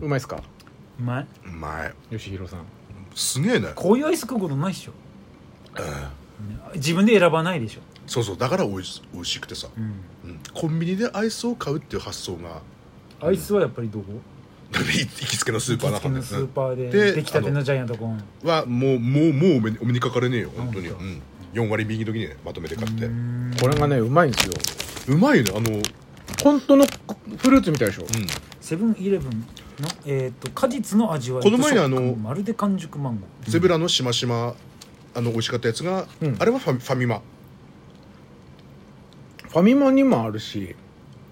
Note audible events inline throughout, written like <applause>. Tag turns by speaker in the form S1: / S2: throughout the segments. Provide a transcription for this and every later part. S1: うまいっすか
S2: うまい
S3: 前
S1: 吉弘さん
S3: すげえね、
S2: こういうアイス食うことないっしょ
S3: うん
S2: 自分で選ばないでしょ、
S3: そうそうだからおいし美味しくてさ、
S2: うん、
S3: うんコンビニでアイスを買うっていう発想が <laughs>
S2: アイスはやっぱりどこ
S3: 行きつけのスーパー
S2: 行
S3: な
S2: きつけ
S3: んで
S2: の
S3: す
S2: スーパーで
S3: で
S2: 出来たてのジャイアントコーン
S3: はもうもうもうお目にお目にかかれねえよ本当に、
S2: あ本
S3: うん、4割引きの時にねまとめて買って
S2: うー
S3: うん
S1: これがねうまいんですよ
S3: まいよねあのうん
S1: 本当のフルーツみたいでしょ
S2: セブンイレブンの、えー、と果実の味わいと
S3: この前にあの
S2: 食感まるで完熟マンゴー
S3: ゼブラのしましまあの美味しかったやつが、
S1: うん
S3: あれはファミファミマ
S1: ファミマにもあるし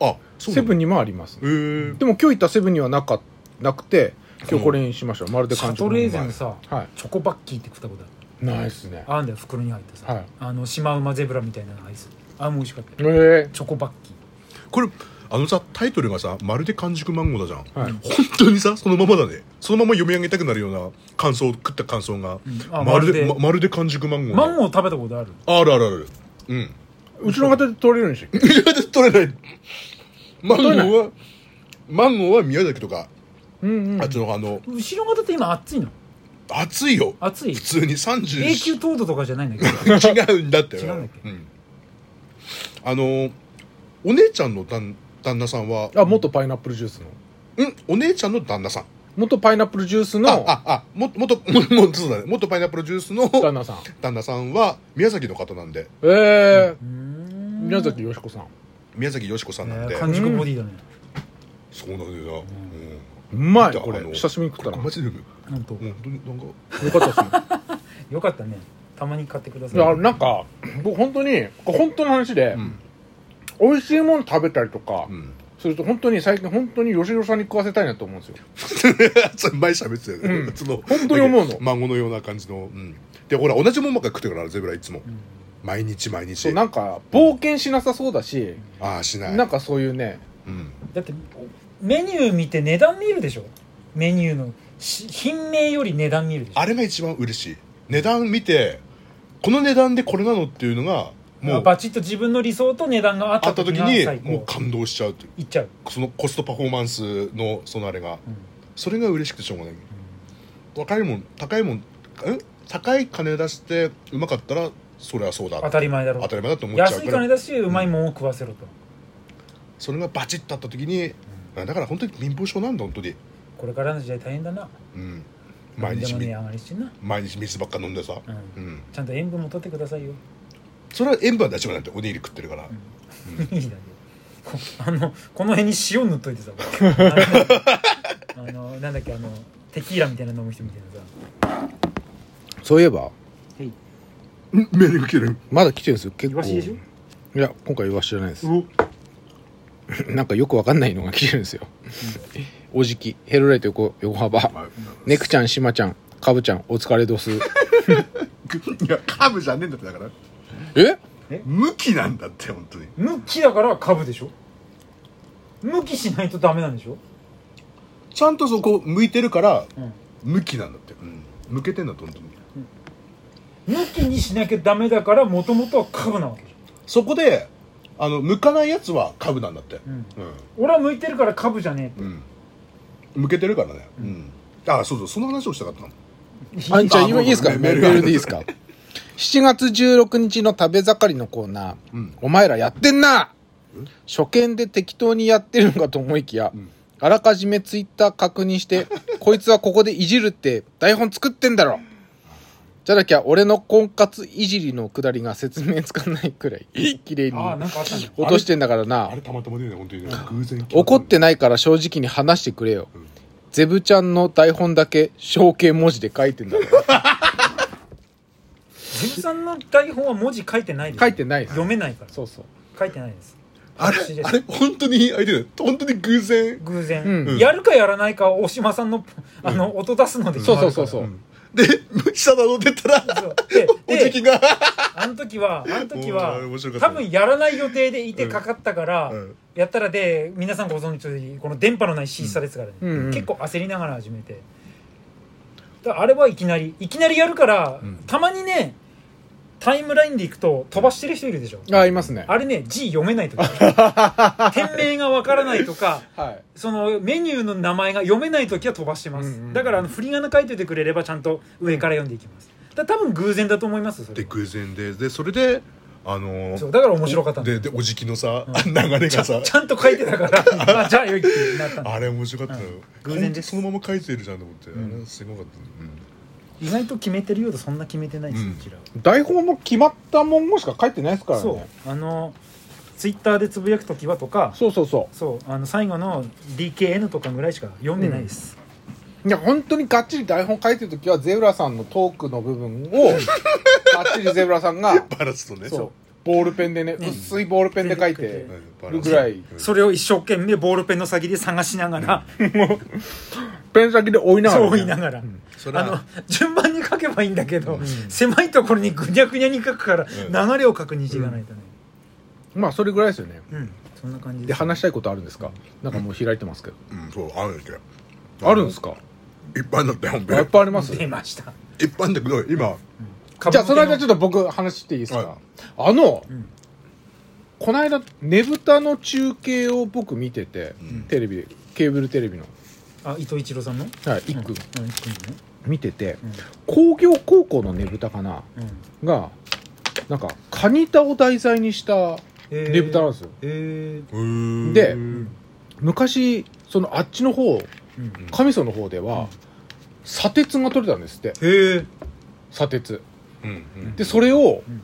S3: あそう
S1: セ
S3: なの
S1: ブンにもあります
S3: へー
S1: でも今日行ったセブンにはなかなくて今日これにしましたまるで
S2: シャ
S1: 感
S2: ト
S1: 情
S2: レーゼのさ
S1: はい
S2: チョコバッキーって食ったことある
S1: ないっすね
S2: あんだよ袋に入ってさ、
S1: はい
S2: あのシマウマゼブラみたいなアイスあもう美味しかったよ
S1: え
S2: チョコバッキー
S3: これあのさタイトルがさまるで完熟マンゴーだじゃん、
S1: はい
S3: 本当にさそのままだねそのまま読み上げたくなるような感想食った感想が、
S2: んあ
S3: ま
S2: まる
S3: るで
S2: で
S3: ままるで完熟マンゴー
S2: マンゴー食べたことある
S3: あるあるあるうん
S1: うちの方で取れるんでしたっけ
S3: 取れないマンゴ
S1: 取れない
S3: ーはマンゴーは宮崎とか、
S1: うんうん
S3: あっちの方あの
S2: 後ろ型って今暑いの
S3: 暑いよ
S2: 暑い
S3: 普通に30
S2: 永久凍土とかじゃないんだけ
S3: <laughs>
S2: ど
S3: 違うんだって
S2: 違うんだっけ
S3: んあのお姉ちゃんの旦旦那さんは
S1: あ元パイナップルジュースの
S3: うんお姉ちゃんの旦那さん
S1: 元パイナップルジュース
S3: あ
S1: の
S3: ああもっともっと <laughs> ももっとそうだね元パイナップルジュースの
S1: 旦那さん
S3: 旦那さんは宮崎の方なんで
S1: ええ
S2: うーん
S1: 宮崎よしこさん
S3: 宮崎よしこさんなん
S2: え
S3: で、
S2: ー完熟ボディだね
S3: そうなんだよな、
S1: うまい
S3: 見た
S1: これ
S3: あの
S1: 久しぶりに食
S3: う
S1: った
S3: ん、
S1: な
S3: マジでも
S2: 本当
S3: う本当になんか
S1: よかったっすね
S2: よかったねたまに買ってくだ
S1: いや
S2: さい
S1: なんか僕本当にこれ本当の話で、
S3: ん
S1: 美味しいもの食べたりとか
S3: うん <laughs>
S1: すると本当に最近本当に吉野さんに食わせたいなと思うんですよ
S3: 前喋ってたよね、
S1: うん
S3: その
S1: 本当に思うの
S3: 孫のような感じの、うん、でほら同じもんばっかり食ってるからゼブラいつも、毎日毎
S1: そう
S3: 日
S1: なんか冒険しなさそうだし、
S3: ああしない
S1: なんかそういうね
S3: うん、
S2: だってメニュー見て値段見るでしょメニューのし品名より値段見るでしょ
S3: あれが一番嬉しい値段見てこの値段でこれなのっていうのがもう
S2: バチッと自分の理想と値段が合っ
S3: あ
S2: た
S3: った
S2: 時
S3: 時
S2: が
S3: に
S2: 最高
S3: もう感動しちゃうという
S2: いっちゃう、
S3: そのコストパフォーマンスのそのあれが
S2: うん
S3: それが嬉しくてしょうがない高いもん高いもんん高い金出してうまかったらそれはそうだ
S2: 当たり前だろ
S3: 当たり前だと思っちゃう
S2: 安い
S3: か
S2: 金
S3: ら
S2: だしうまいもんを食わせろと、
S3: それがバチッとあった時にだから本当に貧乏症なんだ本当に
S2: これからの時代大変だな
S3: うん毎
S2: 何で
S3: 日
S2: も
S3: み
S2: 値上がりしてんな、
S3: 毎日水ばっか飲んでさ
S2: うん
S3: うん
S2: ちゃんと塩分も取ってくださいよ、
S3: それは塩分は大丈夫なんておにぎり食ってるから
S2: いいだよこあのこの辺に塩塗っといてさあのあのなんだっけあのテキーラみたいなの飲む人みたいなさ
S1: そういえば
S3: うんメニュー切れる
S1: まだ来てるんですよ結
S2: イ
S1: 構
S2: ワシでしょ
S1: いや今回イワシじゃないです
S3: う
S1: <laughs>
S3: お
S1: なんかよくわかんないのが来てるんですよおじきヘロライト横横幅ネクちゃんシマちゃんカブちゃんお疲れど
S2: <laughs>
S1: す
S3: いやカーブじゃねえんだってだから
S1: え
S3: 向きなんだって本当に
S2: 向きだから株でしょ向きしないとダメなんでしょ、
S3: ちゃんとそこ向いてるから
S2: うん、
S3: 向きなんだって、うん、向けてんだって本当に
S2: 向きにしなきゃダメだからもともとは株なわけじ
S3: そこであの向かないやつは株なんだって
S2: ゃん、うん、
S3: うん、
S2: 俺は向いてるから株じゃね
S3: うん、向けてるからねうん、あそうそうその話をしたかったの
S2: えって
S1: あんちゃん
S3: あ
S1: 今いいですか
S3: メ
S1: メ
S3: ール
S1: ールでいいですか7月16日の食べ盛りのコーナー、
S3: うん
S1: お前らやってんな初見で適当にやってるのかと思いきや、あらかじめツイッター確認
S3: <laughs>
S1: して、こいつはここでいじるって台本作ってんだろじゃなきゃ俺の婚活いじりのくだりが説明つかないくらい、綺麗に
S2: ああ
S1: 落
S2: なんかあったんだ
S1: としてんだからな
S3: あれ。たまたまね本当にね偶然
S1: 怒ってないから正直に話してくれよ。ゼブちゃんの台本だけ象形文字で書いてんだ
S3: <laughs>
S1: ろ。
S2: 自分さんの台本は文字書いてないです
S1: 書いてないです
S2: 読めないから
S1: そうそう。
S2: 書いてないです
S3: あれ
S2: 白紙です
S3: あれ本当に相手だよ本当に偶然
S2: 偶然、
S1: うん
S2: やるかやらないかは大島さんのあの、音出すので決
S1: そう
S2: まる
S1: そ
S2: か
S1: う
S2: ら
S1: そうそう。
S3: で下だのってったら
S2: そうで
S3: おじ
S2: で
S3: きが
S2: あの時はあの時は
S3: おー面白かった
S2: 多分やらない予定でいてかかったから、
S3: うん
S2: やったらで皆さんご存知の通りこの電波のないシーサーですからね、
S1: うんうん
S2: 結構焦りながら始めてだからあれはいきなりいきなりやるから、たまにねタイムラインで行くと飛ばしてる人いるでしょ
S1: あいますね
S2: あれね字読めない
S3: <laughs>
S2: とか店名がわからないとか
S1: はい
S2: そのメニューの名前が読めない時は飛ばしてます、
S1: うんうん
S2: だからあの振り仮名書いててくれればちゃんと上から読んでいきます、だ多分偶然だと思いますそ
S3: で
S2: れ
S3: 偶然ででそれであのー
S2: そうだから面白かったんだ
S3: ででおじきのさ、流れが <laughs> さ
S2: ちゃんと書いてたから <laughs> あじゃあよいってなったんだ
S3: あれ面白かったよ、
S2: 偶然です
S3: ほんとそのまま書いてるじゃんと思って、
S2: ん
S3: あれすごかった、う
S2: 意外と決めてるようでそんな決めてないです、
S3: う
S2: うんちらは
S1: 台本の決まった文言しか書いてないですからね
S2: そうあのツイッターでつぶやく時はとか
S1: そうそうそう
S2: そうあの最後の DKN とかぐらいしか読んでないです、
S1: いや本当にがっちり台本書いてる時はゼブラさんのトークの部分をがっちりゼブラさんが
S3: ん、バラすとね
S1: そうボールペンでね
S2: ね
S1: 薄いボールペンで書いて
S3: うんバラ
S1: る
S3: す
S1: ぐらい
S2: それを一生懸命ボールペンの先で探しながら、
S1: ペン先で追いながら
S2: <laughs> そ
S1: ね、
S2: う言いながら、
S3: それ
S2: あ
S3: は
S2: の順番に書けばいいんだけど、
S3: うん
S2: 狭いところにぐにゃぐにゃに書くから、
S3: ん
S2: 流れを書く虹がないとね
S1: まあそれぐらいですよね
S2: うん、そんな感じ
S1: で
S2: です
S1: 話したいことあるんですかなんかもう開いてますけど、
S3: うんそうあるんだけ
S1: あるんですか
S3: いっぱいだったよほん
S1: あいっ
S3: と
S1: ぱいあります
S2: 出ました
S3: いっぱいだけど今
S1: じゃあその間ちょ
S2: っ
S1: っと僕話していいですか、
S3: はい
S1: あの、
S2: うん
S1: この間ねぶたの中継を僕見てて、
S3: うん
S1: テレビでケーブルテレビの、
S2: とあ伊藤一郎さんの
S1: はい、一句
S2: うん一君ね
S1: 見てて、
S2: うん
S1: 工業高校のねぶたかな
S2: うん
S1: がなんかカニタを題材にした
S2: えー
S1: ねぶたなんですよ、
S2: えー
S3: うーん
S1: で
S3: うん
S1: 昔そのあっちの方
S2: うん
S1: 上層の方では、砂鉄が取れたんですって
S2: へえ
S1: 砂鉄
S3: うん
S1: でそれを
S2: うん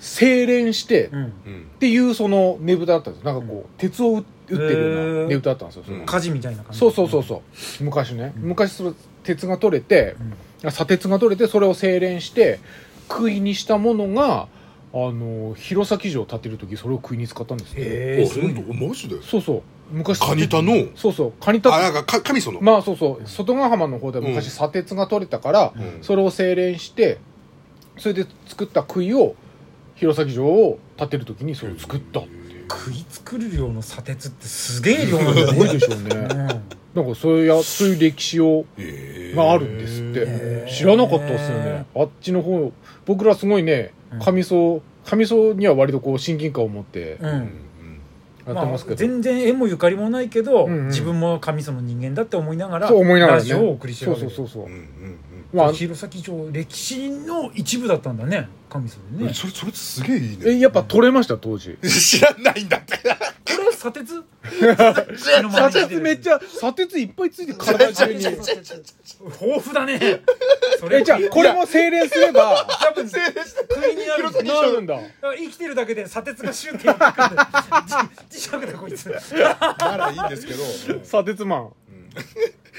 S1: 精錬して、
S2: う
S1: っ
S2: ん
S3: うん
S1: ていうそのねぶただったんですよなんかこう、鉄を打打ってるようなねぶただったんですよ、それ
S3: うん
S2: 火事みたいな感じ
S1: そうそうそうそう昔ね
S2: うん
S1: 昔その鉄が取れて
S2: うん
S1: 砂鉄が取れてそれを精錬して杭にしたものがあの弘前城を建てる時それを杭に使ったんですよ
S2: へえ
S3: あ本当マジで
S1: そうそう昔
S3: カニタの
S1: そうそうカニタ
S3: あなんかか神園
S1: まあそうそう外ヶ浜の方では
S3: う
S1: 昔
S3: ん
S1: 砂鉄が取れたから、
S3: うん
S1: それを精錬してそれで作った杭を弘前城を建てる時にそれを作った
S2: 食い作る量の砂鉄ってすげえ量なんだ
S1: すごいで <laughs>
S2: ね
S1: しょうねなんかそういうやそういう歴史を
S3: へー
S1: があるんですって、
S2: へー
S1: 知らなかったですよねあっちの方僕らすごいね
S2: うん
S1: 上層上層には割とこう親近感を持って
S2: う
S1: や
S2: ん、う
S3: うん
S2: ん
S1: ってますけど、
S2: 全然縁もゆかりもないけど、
S1: うんうん
S2: 自分も神様の人間だって思いながら
S1: そう思いながら
S2: ラ
S1: ね
S2: ジオをお送りしてる
S1: そう
S2: わけ
S1: そ
S2: で
S1: うそうそう、
S3: うんうん
S1: まあ
S2: 弘前城歴史の一部だったんだね神様
S3: うん
S2: ね
S3: それそれすげえいいね
S1: えやっぱ取れました当時
S3: <laughs> 知らないんだって
S2: これは砂鉄
S1: 砂鉄めっち
S2: ゃ
S1: ゃ砂鉄いっぱいついて体中
S2: <laughs>
S1: に
S2: 豊富だねそ
S1: えじゃあこれ
S2: いや
S1: も精錬すれば
S2: <laughs> 多分国にある
S1: なるんだ
S2: だから生きてるだけで砂鉄がシュンってやってくるんだよじ磁石だこいつ
S3: ならいいんですけ <laughs> どうん
S1: 砂鉄マン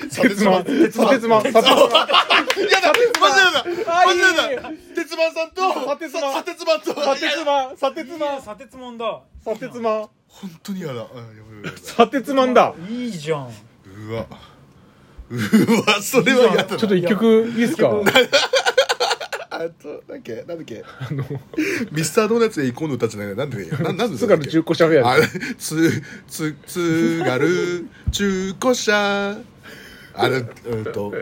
S3: 砂鉄マン
S1: 鉄マン砂鉄マン砂鉄マン
S3: やだ間違えた
S1: あいい
S3: 間違えた鉄マンさんと
S1: 砂鉄マン
S3: 砂鉄マンと
S1: 砂鉄マン砂鉄
S2: いい
S1: マ
S2: や
S1: ン
S2: 砂鉄もんだ
S1: 砂鉄マン
S3: 本当にやだあやばいやばいやばい
S1: 砂鉄マンだ
S2: いいじゃん
S3: うわうわそれはやだ
S1: ちょっと一曲いいですか
S3: あとなんだっけなんだっけあのミスタードーナツへ行こうの歌じゃないなんでなんなんで
S1: 津軽中古車フェア
S3: あ
S1: です
S3: つつつがる中古車あれうんと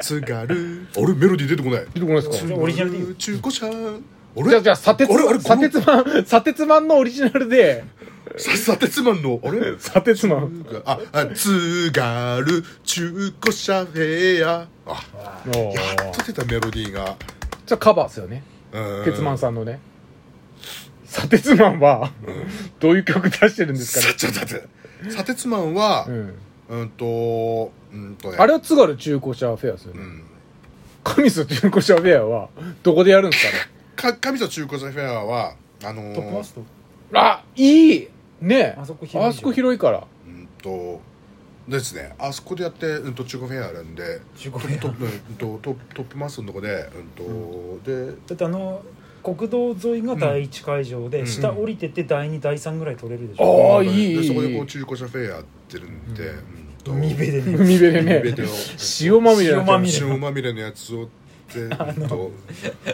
S3: つがるあれメロディー出てこない
S1: 出てこないです
S2: そ
S1: か
S2: れオリジナルでいいよ
S3: 中古車あ
S1: じゃあ
S3: れ
S1: じゃあ砂鉄
S3: あれあれ
S1: 砂鉄マン砂鉄マンのオリジナルで
S3: さ砂鉄マンのあれ
S1: 砂鉄マン
S3: あ、あ、津軽中古車フェア。あ、
S1: おー
S3: やっと出たメロディーが。
S1: じゃあカバーですよね
S3: うん
S1: 鉄マンさんのね砂鉄マンはどういう曲出してるんですか
S3: さ
S1: ね
S3: ちょっと待って。砂鉄マンは
S1: う、ん
S3: うんと、うんとね。
S1: あれは津軽中古車フェアですよ
S3: う
S1: ね
S3: ん。
S1: 神栖中古車フェアはどこでやるんですかね
S3: か、神と中古車フェアは、あの
S2: トップマ
S3: ー、
S2: スト
S1: あいいねえ
S2: あそこ広いじゃん
S1: あそこ広いから
S3: うんと、ですね。あそこでやって、うんと中古フェアあるんで、
S2: 15
S3: ト
S2: 分
S3: ップ、うんと、トップトップマスのとこで、うんと、で、
S2: だってあの国道沿いが第一会場で、
S3: うん
S2: 下降りてって第二第三ぐらい取れるでし
S1: あ
S2: ょ、
S1: ーいい
S3: で
S1: いい
S3: そこでこう中古車フェアやってるんで、うんと
S2: 海辺でね
S1: 海辺で
S3: 海辺
S1: ね
S3: で
S1: 塩まみれ
S2: 塩まみれ
S3: 塩まみれのやつをってうんと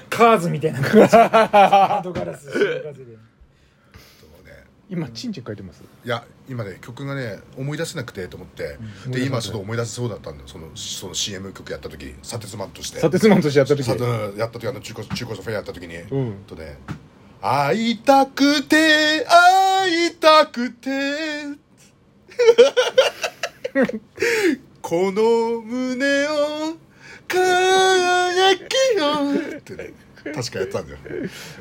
S2: カーズみたいな感じ窓ガラス白風で
S3: とね
S1: 今チンチン書いてます
S3: いや今ね曲がね思い出せなくてと思って、
S1: うん
S3: で今ちょっと思い出せそうだったんだよそのその CM 曲やった時サテツマンとして
S1: サテスマンとしてやった時
S3: サテやった時あの中古中古車フェアやった時に、
S1: うん
S3: とね「会いたくて会いたくて」この胸を輝きよってね確かやってたんだよ、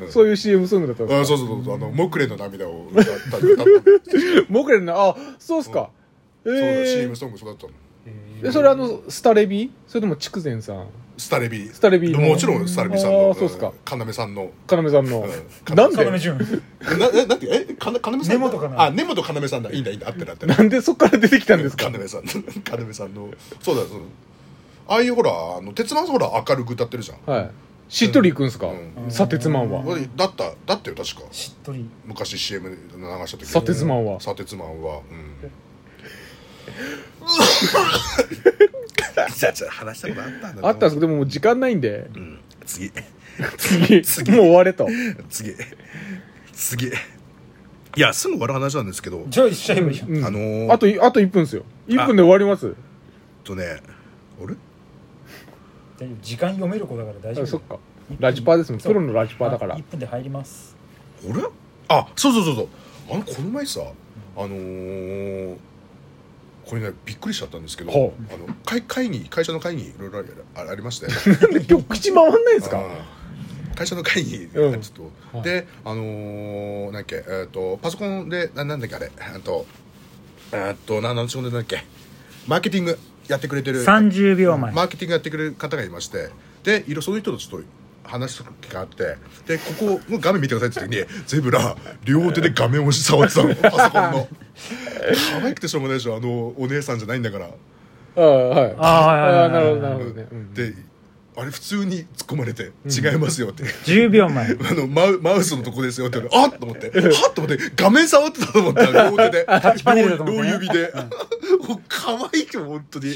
S3: うん
S1: そういう CM ソングだったんで
S3: あ
S1: すか
S3: そうそうそうそうあの「モクレの涙」を歌った歌った
S1: 僕らのあそうっすかえ
S3: そうだ、
S1: え
S3: CM ソング育ったの
S1: えそれあのスタレビそれとも筑前さん
S3: スタレビ
S1: スタレビの
S3: もちろんスタレビさんの
S1: あーそうっすか
S3: うん要さんの
S1: 要さんの
S3: うん
S1: なん
S2: 要
S1: で
S2: 潤
S3: えなえなんてえかな要さん
S2: 根本かな
S3: あ根本要さんだいいんだいいんだ合ってる合ってる
S1: なんでそっから出てきたんですか
S3: 要さんの要さんのそうだそうだああいうほらあの鉄腕ほら明るく歌ってるじゃん
S1: はいしっとりいくんすか
S3: うん
S1: 砂鉄マンは
S3: これだっただったよ確か
S2: しっとり
S3: 昔 CM で流した時
S1: 砂鉄マンは
S3: 砂鉄マ
S1: <laughs>
S3: ンはうんじゃあじゃあ話したことあったんだ
S1: あったんですけどでも <laughs> もう時間ないんで
S3: うん次
S1: 次もう終われと
S3: 次次いやすぐ終わる話なんですけど
S2: じゃあしちゃえばいいじゃん
S1: うん
S3: あのー
S1: あといあと1分ですよ1分で終わります
S3: えっとねあれ
S2: 大丈夫時間読める子だから大丈
S1: あ
S2: 夫
S1: そっかラジパーですもん
S2: そう
S1: プロのラジパーだから
S2: 1分で入ります
S3: あれあそうそうそうそうあのこの前さあのーこれねびっくりしちゃったんですけど、
S1: ほ
S3: あの会会議会社の会議いろいろあありまして
S1: なんで今日口回んないんですか
S3: うん会社の会議、
S1: うん
S3: ちょっと、
S1: はい
S3: であのー、なんだっけえっ、とパソコンでななんだっけあれえっとえっとななんで仕事でなんだっけマーケティングやってくれてる
S2: 30秒前
S3: マーケティングやってくれる方がいましてでいろその人とちょっと話す時があってでここの画面見てくださいって時にゼブラ両手で画面を触ってたのパソコンの可愛くてしょうもないでしょあのお姉さんじゃないんだから
S1: ああはい
S2: ああはいはいはい
S1: ああなるほどなるほどねうん
S3: であれ普通に突っ込まれて「違いますよ」って、
S2: 10秒前
S3: あのマウマウスのとこですよって言われてあっと思ってはっと思って画面 <laughs> 触ってたと思った両手で
S2: ッチパネルだと思って
S3: 両
S2: ね
S3: <laughs> 両指でもう可愛いって本当に